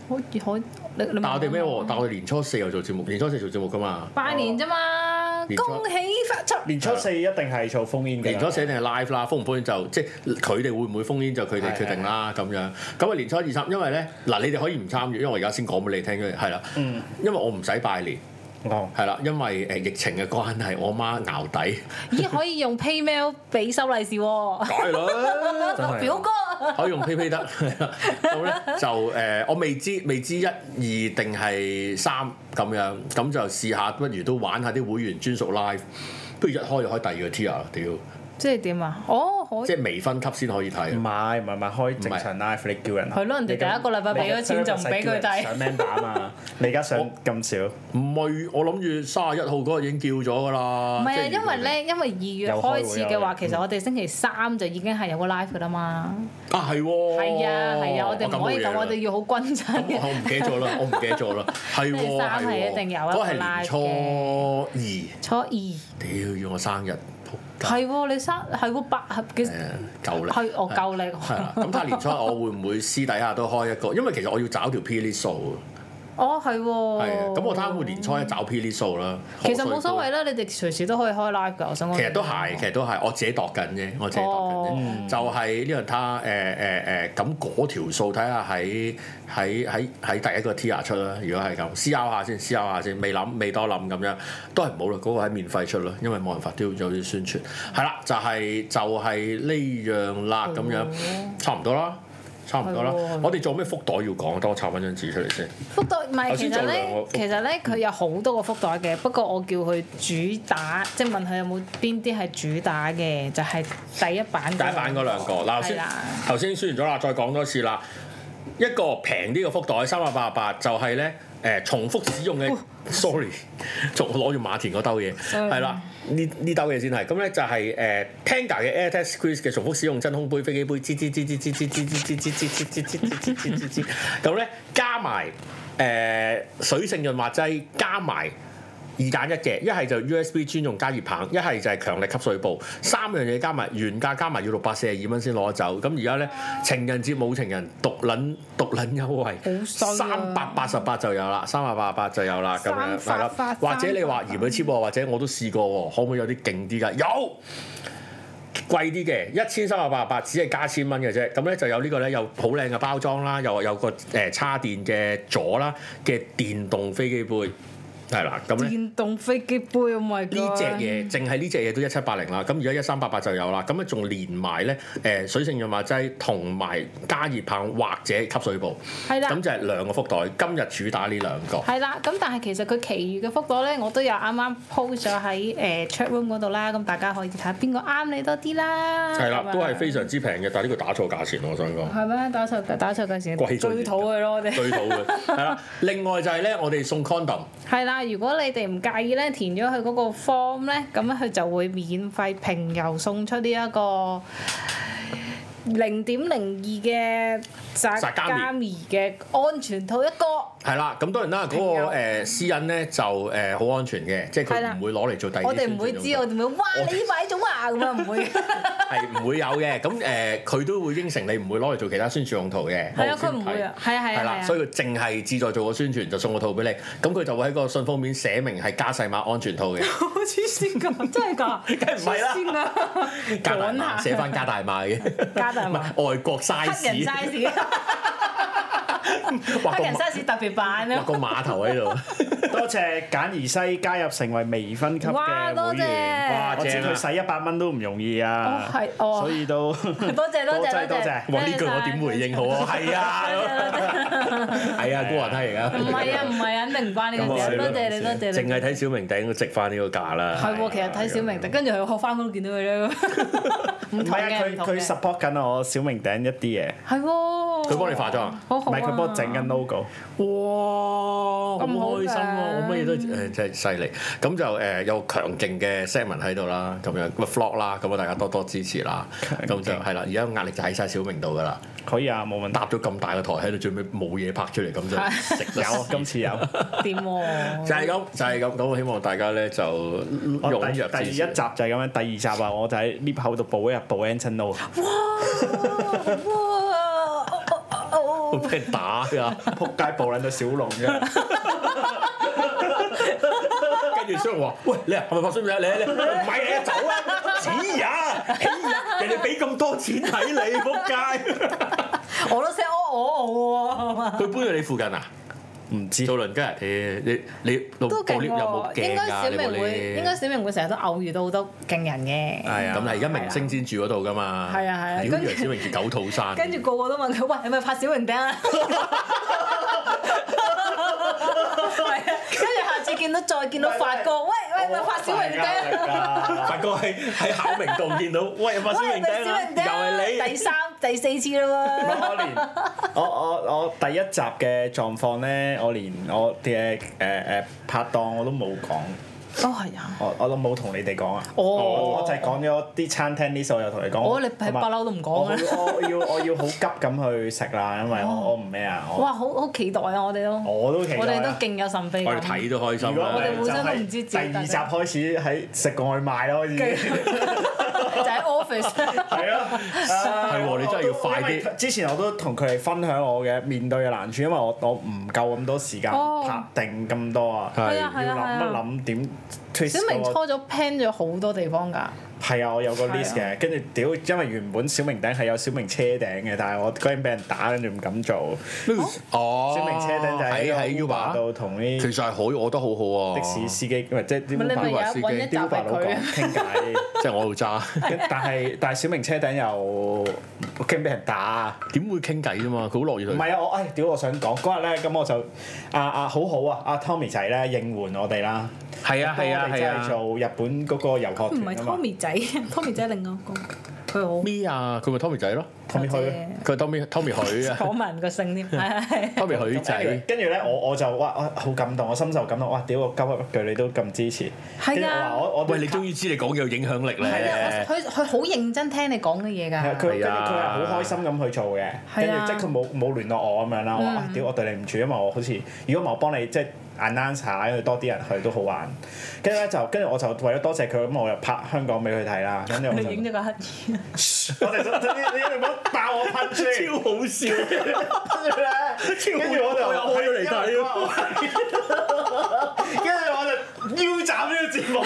可以可以，你你問
但我哋咩
我
喎？但我哋年初四又做節目，年初四做節目噶嘛？
拜年啫嘛，
年初
恭喜發財！
年初四一定係做封
嗯
煙嘅。
年初
啊
四一定係 live 啦，封唔封煙就即係佢哋會唔會封煙就佢哋決定啦咁樣。咁啊年初二三，因為咧嗱你哋可以唔參與，因為我而家先講俾你聽嘅係啦，
嗯，
因為我唔使拜年
哦，
係啦，因為誒疫情嘅關係，我媽熬底，
咦，可以用 PayMail 俾收利是喎，
改啦。
真係
表哥。
可以用 PayPay 得， *laughs* 咁咧就誒、呃我未知未知一二定係三咁樣，咁就試下，不如都玩下啲會員專屬 live，不如一開就開第二個 tier 啦，屌，
即係點啊？哦，可以
即。係未分級先可以睇啊
唔。係唔係唔係開正常 live，你叫人
係咯人哋第一個禮拜俾咗錢就唔俾佢低
上 member 啊嘛，你而家上咁少，
唔係，我諗住三十一號嗰日已經叫咗㗎啦。
唔係
即
啊，
係
因為咧，因為二月
有開
啊
會
開始嘅話，
有
其
嗯
實我哋星期三就已經係有個 live 噶啦嘛。
啊係喎，
係啊，係啊，我哋唔可以
哦咁
咁，我哋要好均真
咁我
嘅。
唔記得咗啦，我唔記得
*laughs*
咗啦，係
星期
喎
三
係
係
喎，
一定有一個
嗰係年
live
初二，
初二係
屌要我生日，撲街，
喎，你生係喎八合嘅，
係啊夠啦，
係我夠力。
係啊啦，咁睇下年初一我會唔會私底下都開一個？因為其實我要找條 P 呢數，啊
哦，係
係
喎。
啊，咁我睇下會年初一找 P 呢數啦。
其實冇所謂
啦，
啦，你哋隨時都可以開 live 㗎。我想講。
其實都係，其實都係，我自己度緊啫，我自己度緊啫。
哦
就係呢樣睇下誒誒誒，咁嗰條數睇下喺喺喺喺第一個 tier 出啦。如果係咁，思考下先，思考下先，未諗未多諗咁樣，都係唔好啦。嗰、個係免費出啦，因為冇辦法都要有啲宣傳。係啦，就係、就係、呢樣啦，咁樣差唔多啦。差唔多啦
係喎，
我哋做咩福袋要講？等我抄翻張紙出嚟先。
福袋唔係，
頭
其
先
實
做兩
咧
個，福
其實咧佢有好多個福袋嘅，不過我叫佢主打，即係問佢有冇邊啲係主打嘅，就係、第一版。第
第一版嗰兩個，嗱頭
係啊
先
啦
頭先宣傳咗啦，再講多次啦。一個平啲嘅福袋三百八十八，就係咧誒重複使用嘅，sorry，仲攞住馬田嗰兜嘢，
哦 Sorry
係啦，呢呢兜嘢先係。咁咧就係誒 Tenga 嘅 Air Test Quiz 嘅重複使用真空杯、飛機杯，吱吱吱吱吱吱吱吱吱吱吱吱吱吱吱吱吱，咁咧加埋誒水性潤滑劑，加埋。二揀一嘅，一係就 USB 專用加熱棒，一係就係強力吸水布，三樣嘢加埋原價加埋要六百四十二蚊先攞得走。咁而家咧情人節冇情人獨撚獨撚優惠，
衰啊
三百八十八就有啦，三百八十八就有啦，咁樣係
三
啦
百八。
或者你話
三百八
嫌佢 cheap 喎，或者我都試過喎，可唔可以有啲勁啲㗎？有。貴啲嘅，一千三百八十八，只係加千蚊嘅啫。咁咧就有呢個咧，有好靚嘅包裝啦，又有個誒、呃叉電嘅座啦嘅電動飛機杯，係啦。咁咧
電動飛機杯，Oh my
*laughs*
god！
呢只嘢，淨係呢只嘢都一七八零啦。咁而家一三八八就有啦。咁啊，仲連埋咧誒水性潤滑劑同埋加熱棒或者吸水布，
係
咁
啦。啊
就係兩個福袋。今日主打呢兩個。
係啦，咁但係其實佢其餘嘅福袋咧，我都有啱啱 post 咗喺誒 chat room 嗰度啦，咁大家可以睇下邊個啱你多啲啦。
係
咁
啦，
樣
都係非常之平嘅，但係呢個打錯價錢喎，我想講。
係咩？打錯打錯嘅時
貴咗
最肚佢咯，我哋。
最好嘅係啦，另外就係咧，我哋送 condom，
係啦，如果你哋唔介意咧，填咗佢嗰個 form 咧，咁佢就會免費平郵送出呢一個零點零二嘅扎
宅家
加棉嘅安全套一個。
係啦，咁當然啦，嗰、
朋
個
友
誒私隱咧就誒好安全嘅，即係
啊係
佢
啦
唔會攞嚟做第二啲
我哋唔會
宣傳
知，
用途
我哋唔會哇你呢買種啊咁樣唔
*laughs*
會。係
係唔會有嘅。咁誒，佢、都會應承你唔會攞嚟做其他宣傳用途嘅。
啊，
我先
佢唔會
睇
啊，係啊係
係
啊
啦，
係
所
啊。
以佢淨係志在做個宣傳就送個套俾你，咁佢就會喺個信封面寫明係加細碼安全套嘅，
*laughs* 好黐線㗎，真係㗎，
梗係唔係
黐
啦
線啊
加大
趕下
碼寫翻加大碼嘅，
加大碼
唔
*laughs*
係外國
黑人
size，
size，
畫
黑
個
人
碼
size 特別版
畫
啊。 *laughs*
個碼頭喺度，
都多謝簡兒西加入成為微分級
哇
嘅
多
會員，
謝
我知
正啊
佢使一百蚊都唔容易啊
哦，係哦
所以都多
*laughs* 多謝多
多
謝多謝
謝。
哇！呢句我點回應好
*laughs*
啊？係啊，係啊，高華睇而家。
唔係啊，唔係啊，肯定唔關呢個事啊。多謝你，多謝
淨
你。
係睇小明頂，值翻呢個價啦。
係喎，其實睇小明
啊
的，跟住佢學翻工都見到佢咧，唔
唔
同
係啊，
嘅，
佢
唔同
佢
嘅。
support 緊我小明頂一啲嘢，
係喎，
佢幫你化妝啊
好
唔
好啊
係佢幫我整緊 logo。
哇！好
咁好
開心喎、
嘅
我乜嘢都誒真係犀利。咁就誒、有強勁嘅 segment 喺度啦，咁樣個 vlog 啦，咁啊大家多多支持啦。咁就係啦，而家壓力就喺晒小明度㗎啦。
可以啊，冇問題。
搭咗咁大個台喺度，最尾冇嘢拍出嚟，咁就
係
食
有
得
啊，今次有。
點喎？
*laughs* 就係咁，就係咁。咁我希望大家咧
*laughs*
就
我第
踴躍
哦第一
支
集就
持。
係咁樣，第二集啊，我就喺 lift 口度報一日報 Anson Lo，
哦哇！哦
會俾人打㗎，
撲街報撚到小龍
*laughs*
嘅，
跟住小明話：喂，你係咪拍小明啊？你你唔係你啊走啊！哎呀，哎呀，人哋俾咁多錢睇你，仆街！
我都識哦我我我喎，
佢搬去你附近啊？
唔知
做鄰居，啊你你你部
都
部
勁
lift 有冇
喎。
鏡
應該
㗎？
小
你部
明會，應該
lift
小明會成日都偶遇到好多勁人嘅。
係啊，咁係而家明星先住嗰度㗎嘛？
係啊係啊
屌
跟住
楊小明住九肚山，
跟住個個都問佢：喂，係咪拍小明頂 *laughs* 啊？係啊，跟住下次見到再見到發哥，喂喂，係咪拍小明頂啊？
發哥喺喺考明道見到，喂，發小
喂，係咪
明頂
小
啊
明
又係
頂？
你
第。三、第四次啦喎。
我連我我我第一集嘅狀況咧，我連我嘅誒誒拍檔我都冇講，
哦，係啊。
我我都冇同你哋講啊。
哦
我我就係講咗啲餐廳呢數，又同你講。
哦你係不嬲都唔講啊
我我我要我要好急咁去食啦，因為我我唔咩啊，我
哇，好好期待啊！我哋都，
我都期待啊
我哋都勁有神秘
我
感
哋。睇都開
如
心啊
果
啦
我。哋
就
互相都
係
唔
第
知自己
二
大
集
家
開始喺食外賣咯，開始。
就喺 office。
係啊，係
係喎你真係要快啲。
因為之前我都同佢哋分享我嘅面對嘅難處，因為我我唔夠咁多時間
哦
拍定咁多啊，
係啊
要
係啊
諗
係
一
啊。
諗點 twist
小明
嗰個
初咗 plan 咗好多地方㗎，
係啊，我有個 list
係
嘅，跟住屌，因為原本小明頂係有小明車頂嘅，但係我居然俾人打，跟住唔敢做。
哦，
小明車頂就
喺
喺
喺
Uber
Uber，
度同
其
啲
實係好，我覺得好好啊。
的士司機，唔係即係啲
咁你咪
Uber
有
司機
揾一集
啲
係
Uber 佬
佢
講。傾偈。
即係我度揸，
*laughs* 跟但係但係小明車頂又驚俾人打。啊
點會傾偈啫嘛？佢好樂意
唔
同你。
係啊！我誒屌，我想講嗰日咧，咁我就啊啊好好啊！阿 Tommy 仔咧應援我哋啦，
係啊係啊
我哋
係
真係
啊。
做日本嗰個遊學
唔係
團啊嘛
Tommy 仔，Tommy *laughs* 仔另外一個，佢好
咩啊？佢咪 Tommy 仔咯？
，Tommy 去啊。
佢 Tommy Tommy 許
*laughs*
啊
講埋個姓添，係係係
，Tommy 許仔。
跟住咧，我我就哇，我好感動，我深受感動，哇！屌，我鳩噏一句你都咁支持，
係啊
跟住我話我我
喂，你終於知你講嘢有影響力
係啊
咧！。
我佢佢好認真聽你講嘅嘢
係啊
㗎。
佢跟住
係
佢
啊
係好開心咁去做嘅，跟
係啊
住即係佢冇冇聯絡我咁樣啦。我話
嗯
啊屌，我對你唔住，因為我好似如果唔係我幫你即係 announce 下，因為多啲人去都好玩。跟住咧就跟住我就為咗多謝佢，咁我又拍香港俾佢睇啦。跟住我
*laughs* 你
就
影咗個乞兒，
我哋就呢呢唔好爆我噴先，
超好笑，
跟住咧，跟住我就
我又開咗嚟睇
*laughs* 跟
*laughs*
住我就腰斬呢個節目，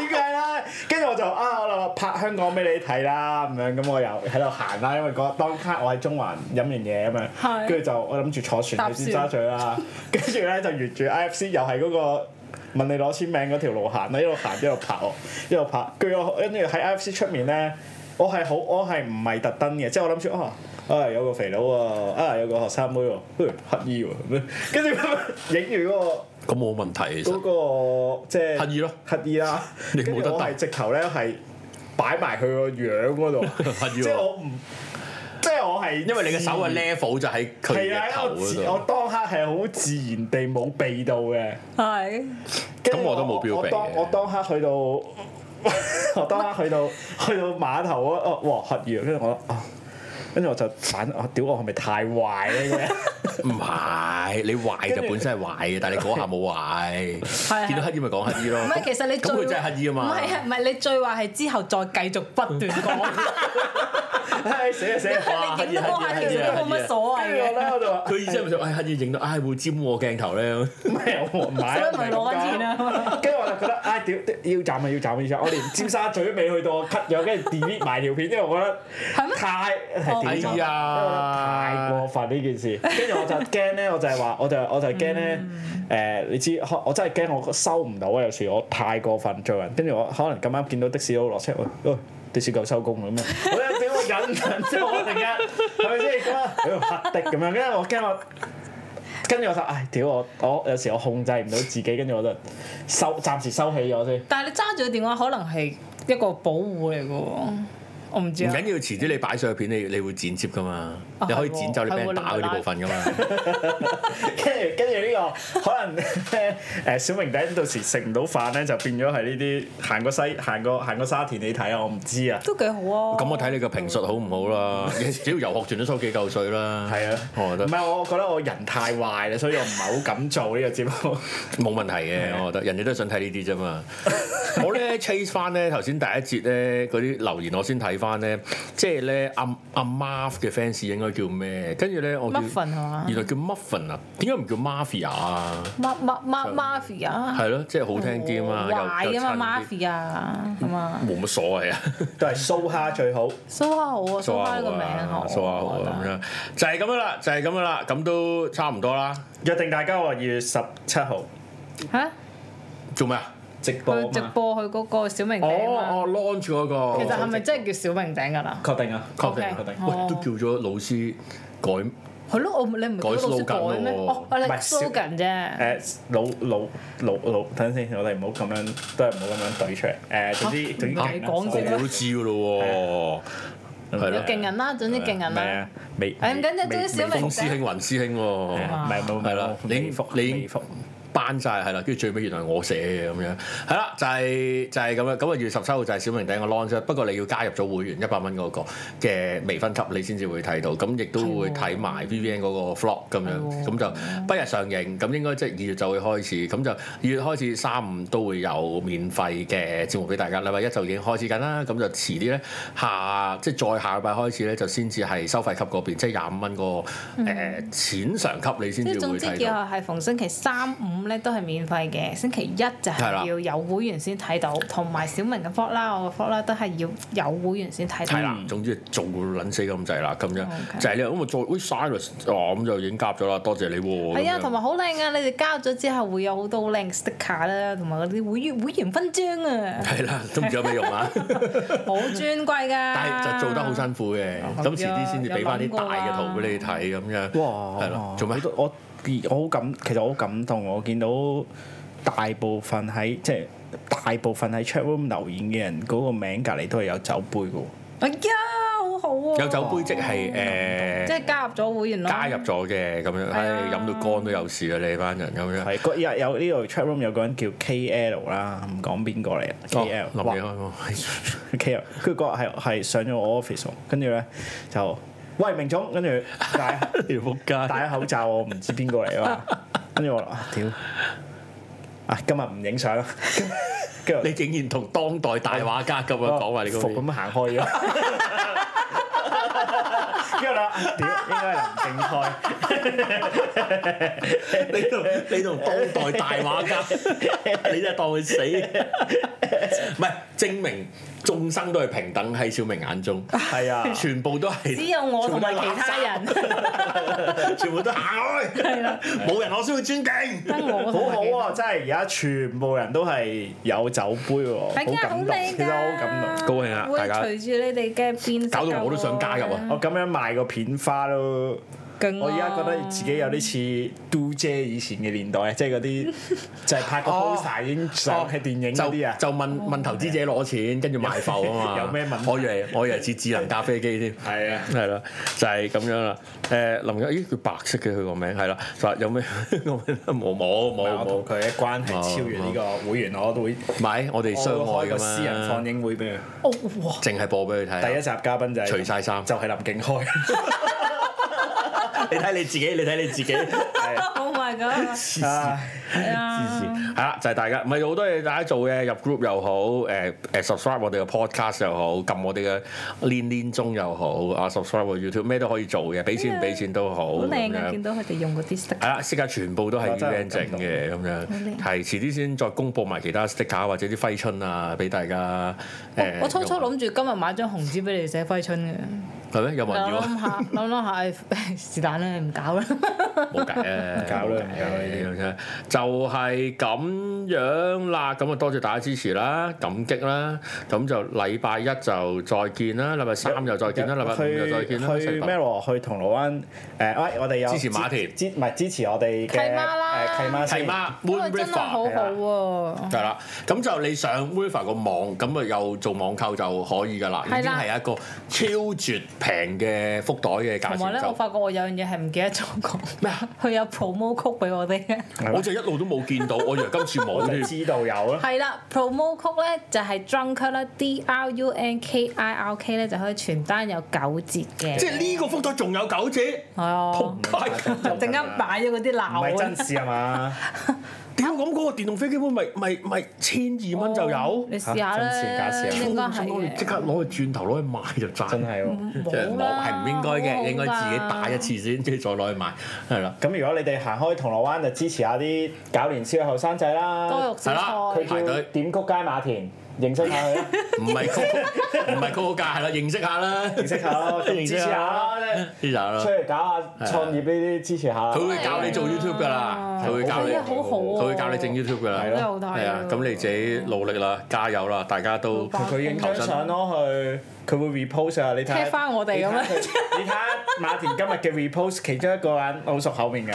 點解咧？跟住我就啊，我就拍香港俾你睇啦，咁樣咁我又喺度行啦，因為嗰當刻我喺中環飲完嘢咁樣，
係
跟住就我諗住坐船去尖沙咀啦，跟住咧就沿住 IFC 又係嗰個。問你攞簽名嗰條路行啦，一路行一路拍我，一路拍。跟住我跟住喺 IFC 出面咧，我係好我係唔係特登嘅，即係我諗住啊啊有個肥佬喎，啊有個學生妹喎，不如乞衣喎咁樣，跟住咁樣影住嗰個。
咁冇問題其
嗰
實。
個即係
乞兒咯
乞兒啦。
*laughs* 你冇得
跟住我係
鬥
直頭咧係擺埋佢個樣嗰
*laughs*
度，
乞兒喎
即係我唔，即係我係
啊因為你嘅手嘅 level 就嗯喺佢
係啊
嘅，頭
因為我自
嗰
我
度。
當刻係好自然地冇避到嘅。
係
跟住
咁我都冇標
我
備嘅
當我當刻去到， *laughs* 我當刻去到去到碼頭啊，哦哇乞兒啊，跟住我啊，跟住我就反我屌我係咪太壞咧 *laughs* 咁樣？
唔係，你壞就本身係壞嘅， *laughs* 但係你嗰下冇
係
壞。見到乞衣咪講乞衣咯。
唔係其實你
咁
最
佢真係乞衣啊嘛
唔。係啊，唔係你最話係之後再繼續不斷講，
唉死啊死啊！
哇
你影得嗰下其實都冇乜所謂
跟住我
嘅，
咧我就話
佢意思係咪就唉乞兒影到唉會沾我鏡頭咧？
咩我唔買啊，
所以
唔係
咪
咁
攞翻錢
㗎
啦。
跟住我就覺得唉屌要斬啊要斬啊要斬！我連尖沙咀都未去到，我 cut 咗跟住 delete 埋條片，因為我覺得。
係咩？
太係
哎
點啊講？太過
呀，
分呢件事， *laughs* 跟住我就驚咧，我就係 *laughs* 話，我就我就係驚咧，誒，你知，可我真係驚我收唔到啊！有時我太過分做人，跟住我可能咁啱見到的士佬落車，喂，喂的士夠收工啦咁 *laughs* 樣，我咧點我忍唔忍啫？我突然間係咪先咁啊？喺度黑的咁樣，跟住我驚我。跟住我就，唉，屌我，我有時我控制唔到自己，跟住我就收，暫時收起咗先。
但係你揸住個電話，可能係一個保護嚟嘅喎。我唔知
唔緊
啊，
要，遲啲你擺上去片，你你會剪接噶嘛？
啊
你可以
係喎
剪走你俾人
係喎
打嗰啲部分
*laughs*
噶嘛？
跟住跟住呢個可能 *laughs* 咧誒小明弟到時食唔到飯咧，就變咗係呢啲行個西行個行個沙田你睇啊，我唔知啊。
都幾好啊。
咁我睇你個評述好唔好啦？你只要遊學轉都收幾嚿水啦。
係啊，
我覺
唔
得
係我覺得我人太壞啦，所以我唔係好敢做呢個節 *laughs* 目。
冇問題
啊
嘅，我覺得人哋都係想睇呢啲啫嘛。 *laughs* 我咧 chase 翻咧頭先第一節咧嗰啲留言，我先睇翻咧，即係咧阿阿 Marv 嘅 fans 應該叫咩？跟住咧我叫
Muffin 係嘛
原來叫 Muffin 啊，點解唔叫 Mafia 啊？
Ma Ma Ma Mafia，
係咯，即係好聽啲啊嘛，又
啊壞
又
啊嘛
襯啲
Mafia à. 啊嘛，
冇乜所謂啊，
都係蘇蝦最好，
蘇蝦好啊，蘇蝦呢個名好，
蘇下好
我覺得
啊咁樣，就係咁樣啦，就係咁樣啦，咁都差唔多啦。
約定大家話二月十七號
嚇，
做咩啊？
直播啊
哦
佢直
嘛，
播佢嗰個小明
哦
頂嘛，
哦，launch 嗰
啊其實哦
個，
係咪真係叫小明頂㗎啦？
確定啊，
確定
確定。
喂都叫咗老師改。
係咯，我唔你唔係
改
叫老師
slogan
改咩？
喎
哦，我哋
唔係小
slogan 啫。
誒老老老老，等陣先，我哋唔好咁樣，都係唔好咁樣對出嚟。誒總之總之
唔係
勁啦
講
個
先
個都知噶
啊
咯喎，係咯，
勁人啦，總之勁人
唔係
啦。
啊，未
誒唔緊要
未
總之小
未
明
馮師兄、雲師兄喎，
哦
啊
唔係冇
係啦，你你班晒係啦，跟住最尾原來我寫嘅咁樣，係啦，就係就係咁樣，咁啊月十七號就係小明頂個 launch，不過你要加入咗會員一百蚊嗰個嘅微分級，你先至會睇到，咁亦都會睇埋 VVN 嗰個 vlog 咁樣，
係喎
咁就不日上映，咁應該即係二月就會開始，咁就二月開始三五都會有免費嘅節目俾大家，禮拜一就已經開始緊啦，咁就遲啲咧下即係再下禮拜開始咧就先至係收費級嗰邊，即係廿五蚊個誒淺上級你先
嗯
至
即
會
係總之
睇
叫
到。
係逢星期三五咧都係免費嘅，星期一就
係
係
啦
要有會員先睇到，同埋小明嘅 vlog 啦，我嘅 vlog 啦都係要有會員先睇
係啦
到。，
總之做撚死咁滯啦，咁樣
嗯哦 OK
就係呢樣。咁我再，喂 Cyrus，哦咁就已經夾咗啦，多謝你喎。
係
咁
啊，
樣
同埋好靚啊！你哋交咗之後會有好多好靚 sticker 啦，同埋嗰啲會員會員勳章啊，
*laughs* 係啦，都唔知有咩用
*laughs*
啊，
好尊貴㗎。
但係就做得好辛苦嘅，
咁
咁遲啲先至俾翻啲大嘅圖俾你
啊
睇咁樣。
哇！
係咯，做咩
我？都我我好感，其實我好感動。我見到大部分喺即係大部分喺 chat room 留言嘅人嗰個名隔離都係有酒杯嘅喎。
哎呀，好好啊！
有酒杯即係
即
誒
係加入咗會員咯。
加入咗嘅咁樣，唉飲到乾都有事啊！你班人咁樣。
係嗰有有呢度 chat room 有個人叫 KL 啦，唔講邊個嚟啦
哦
，KL
林
哇
野 *laughs* 開
KL，佢嗰日係係上咗我 office 喎跟住咧就喂明總，跟住但係。
喎，條撲街。
*laughs* 戴咗口罩，我唔知邊個嚟啊
*laughs*
嘛。跟住我話啊屌啊，今日唔影
*laughs*
相啦。跟住
你竟然同當代大畫家咁樣
我哦
講話你個
服咁行開咗。跟住我話啊屌，應該係林正開。
你同
*laughs*
你同當代大畫家，你真係當佢死。唔係證明眾生都係平等喺小明眼中，
係啊，
全部都係
只有我同埋其他人， *laughs*
人，全部都
*laughs*
行開，係啦，冇人我先會尊敬。
得我同
好
埋其
好
他
啊！真係而家全部人都係有酒杯喎，好
係
感
啊，好
動，
靚㗎，
其實我好感動。
動高興啊
會
大家
隨住你哋嘅變，
搞到我都想加入啊！
我咁樣賣個片花都〜
勁啊！
我而家覺得自己有啲似嘟姐以前嘅年代，即係嗰
*laughs*
啲就係拍個
哦
poster 已經上係電影嗰啲啊
就。就問問投資者攞錢，跟住賣浮啊
*laughs*
嘛。
有咩問題
我以為我以為似智能搭飛機
*laughs*
添。
係啊
係啦，就係咁樣啦。誒林友，咦佢白色嘅佢個名係啦，就話有咩 *laughs* 我冇冇
唔係
冇
我
冇
同。佢嘅關係超越呢個會員，我都會
唔係，我哋相
我會
愛
開
噶
個私人放
嘛，
映會俾佢。
*laughs* 哦哇！
淨係播俾佢睇啊。
第一集嘉賓就係
除晒衫
就係林景開。
*laughs* 你睇你自己，你睇你自己。
Oh my god！
啊
係
支
啊
持係啦，就係大家，唔係好多嘢大家做嘅，入 group 又好，誒誒 subscribe 我哋嘅 podcast 又好，撳我哋嘅連連鐘又好，啊 subscribe 我 YouTube 咩都可以做嘅，俾錢唔俾錢都好
好
咁
靚啊！見
樣。
到佢哋用嗰啲 sticker，
係啦，sticker 全部都係
哇真係
UN 整嘅咁樣，係遲啲先再公佈埋其他 sticker 或者啲揮春啊，俾大家誒。啊
我初初諗住今日買張紅紙俾你寫揮春嘅，
係咩？有冇人
*laughs* 諗
要啊？
諗下，諗諗下唉， *laughs* 是但啦，唔搞啦。
*laughs*
冇計啊，
搞啦
冇計啊呢啲真係就係咁樣啦。咁啊，多謝大家支持啦，感激啦。咁就禮拜一就再見啦，禮拜三又再見啦，禮拜五又再見啦。
啊去
四
去
百
Mero 去銅鑼灣誒，呃喂我哋有
支持馬田
支支唔係支持我哋嘅
契媽啦
誒契媽
係
先
媽
因
Moon
哦為真係
River
好好喎。
係啦，咁就你上 River 個網，咁啊又做網購就可以㗎啦，已
係
經
啦
係一個超絕平嘅福袋嘅價
同埋
錢
咧，我
就
發覺我有樣嘢係唔記得咗講，
咩啊？
佢有 promo code 俾我哋嘅。
我就一路都冇見到，我以為今次
*laughs* 我
冇
就
添。
知道有啊啦。
*laughs*
係啦，promo code 咧就係 drunk 啦，D R U N K I R K 咧就可以全單有九折嘅。
即係呢個福袋仲有九折，
係啊，
仆街！
*laughs*
陣間買咗嗰啲
唔係
鬧啊
真！事啊嘛？
*laughs* 屌咁嗰個電動飛機杯咪咪咪千二蚊就有，
你試下
嚇真事假
啦，
事啊
哦應該係
我哋即
嘅。
刻攞去轉頭攞去賣就賺。
真係喎。
即係
冇
攞
啦
係唔應該嘅，應該自己
冇㗎
打一次先，即係再攞去賣，係啦。
咁如果你哋行開銅鑼灣，就支持下啲搞年宵嘅後生仔啦。
多肉小
係啦
菜
佢
排
叫
隊
點曲街馬田，認識下佢啦，
唔
*laughs*
係高，唔係高價係啦，認識下啦，認
*laughs* 認識下 *laughs* 咯，支持下啦，
識下
即係啊
啦
出。嚟搞下創業呢啲支持下啦。
佢會教
啊
你做 YouTube 㗎啦，佢會教你，
真係啊好啊好喎
佢會教你整 YouTube 㗎啦，
係咯
好大啊
係啊，咁你自己努力啦，加油啦，大家都
好吧
佢影張相咯，佢佢會 repost 啊，你睇下
踢返我哋咁
你
樣
睇佢
*laughs*
你睇下馬田今日嘅 repost，其中一個人好熟口面嘅，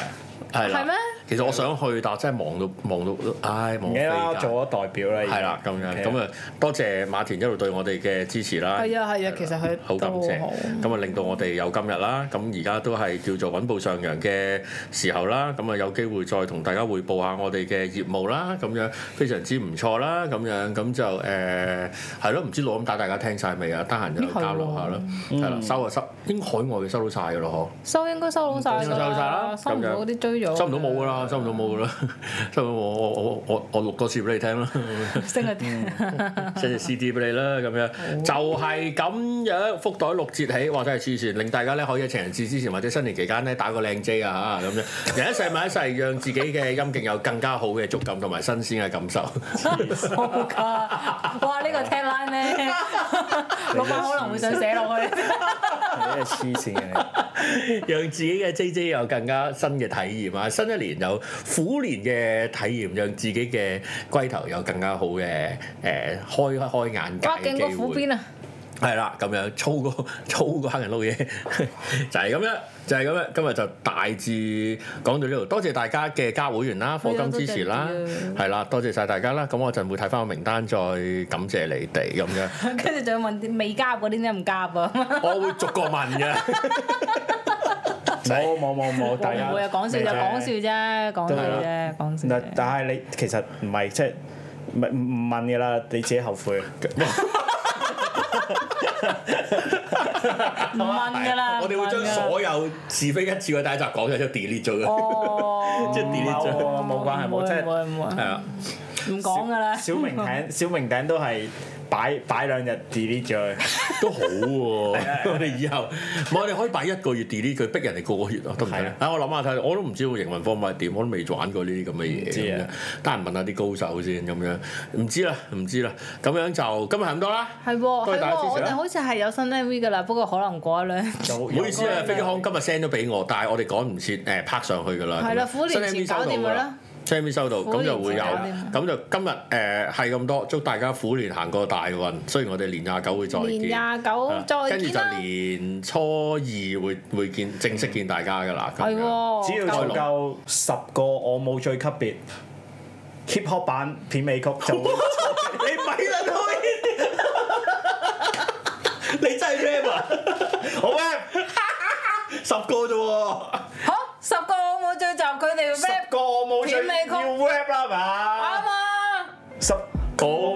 係啦。
係咩？
其實我想去，但我真係忙到忙到，唉，忙
唔記
到飛
得啦，
架
我做咗代表啦，已經
係啦，咁樣
OK
咁啊，多謝馬田一路對我哋嘅支持啦。
係啊係啊，其實佢
好
都
感謝
好好。，
咁啊令到我哋有今日啦，咁而家都係叫做穩步上揚嘅時候啦，咁啊有機會再同大家匯報下我哋嘅業務啦，咁樣非常之唔錯啦，咁樣咁就誒係咯，唔知老咁帶大家聽晒未啊？得閒就交流下啦，
嗯
係啦，收啊收，應該海外嘅收到晒㗎咯，
收應該收到晒㗎
收到晒啦
啦，收唔到嗰啲追
嗬，
咗。
收唔到冇㗎啦，收唔到冇
*laughs*
㗎啦，收唔到冇我我我我錄多次俾你聽啦。
升啊
嗯
啲。
寫隻 CD 俾你啦，咁樣就係咁樣，福袋六折起，哇！真係黐線，令大家咧可以喺情人節之前或者新年期間咧打個靚 J 啊嚇咁樣，人一世物一世，讓自己嘅陰莖有更加好嘅觸感同埋新鮮嘅感受。
冇㗎，哇！呢、個 tagline 咧，老闆可能會想寫 *laughs* 落去。
你係黐線嘅
*laughs*
你。
*laughs* 讓自己嘅 JJ 有更加新嘅體驗啊！新一年有虎年嘅體驗，讓自己嘅龜頭有更加好嘅誒、開開眼界
哇！
嘅
勁
機
過
會。
虎邊啊！
係啦，咁樣粗個 *laughs* 粗個黑人撈嘢， *laughs* 就係咁樣，就係咁樣。今日就大致講到呢度，多謝大家嘅加會員啦、課金支持啦，係啦，多謝晒大家啦。咁我一陣會睇翻個名單，再感謝你哋咁
*laughs*
樣。
跟住仲要問啲未加入嗰啲點解唔加入啊？
我會逐個問嘅，
冇冇冇冇，大家
唔會啊！講笑就講笑啫，講笑啫，講笑
嗱，
啊
啫。
但係你其實唔係即係唔係唔唔問嘅啦，你自己後悔。
唔問㗎啦，
*laughs* 我哋會將所有是非一次嘅第一集講咗，就 delete 咗 *laughs* 嘅，
哦
即係 delete
冇
咗。
冇冇關係，
唔
冇
會
即
唔
係
會唔會
係啊，
唔講㗎啦。
小明頂，小明頂都係擺擺兩日 delete 咗佢。
都好
啊
喎、我哋以後，唔係我哋可以擺一個月 delete 佢，逼人哋個個月啊，得唔得
係
咧
啊？
啊，我諗下睇，我都唔知個營運方法係點，我都未玩過呢啲咁嘅嘢。
知
咁樣
啊
得閒問下啲高手先咁樣，唔知啦，唔知啦。咁樣就今日係咁多啦。
係喎，
多謝
係
大家
喎，我
支持啊
哋
啦。
好似係有新 MV 㗎啦，不過可能過一兩。
唔
唔好意思啊，飛機康今日 send 咗俾我，但係我哋趕唔切誒拍上去㗎啦。
係啦
咁樣
虎年前
新 MV 收
搞掂
到㗎
佢啦。
新 MV 收到，
虎
咁
年
就會有
前搞
啦。咁就今日誒係咁多，祝大家虎年行過大運。雖然我哋年廿九會再見。
年廿九
係啦
哦再
啊跟住
見
就
啦。
年初二會會見正式見大家㗎啦。咁
係
樣
喎，
只要
夠
做夠十個我冇最級別 hip hop 版片尾曲就會
你咪啦佢，你真係 rap 啊！好 rap，十個啫喎。
好十個我冇最集佢哋 rap
十個我冇最
片尾曲
à.
Ờ,
要 rap 啦係嘛，
啱啊！啊
十個我
Ờ,
à?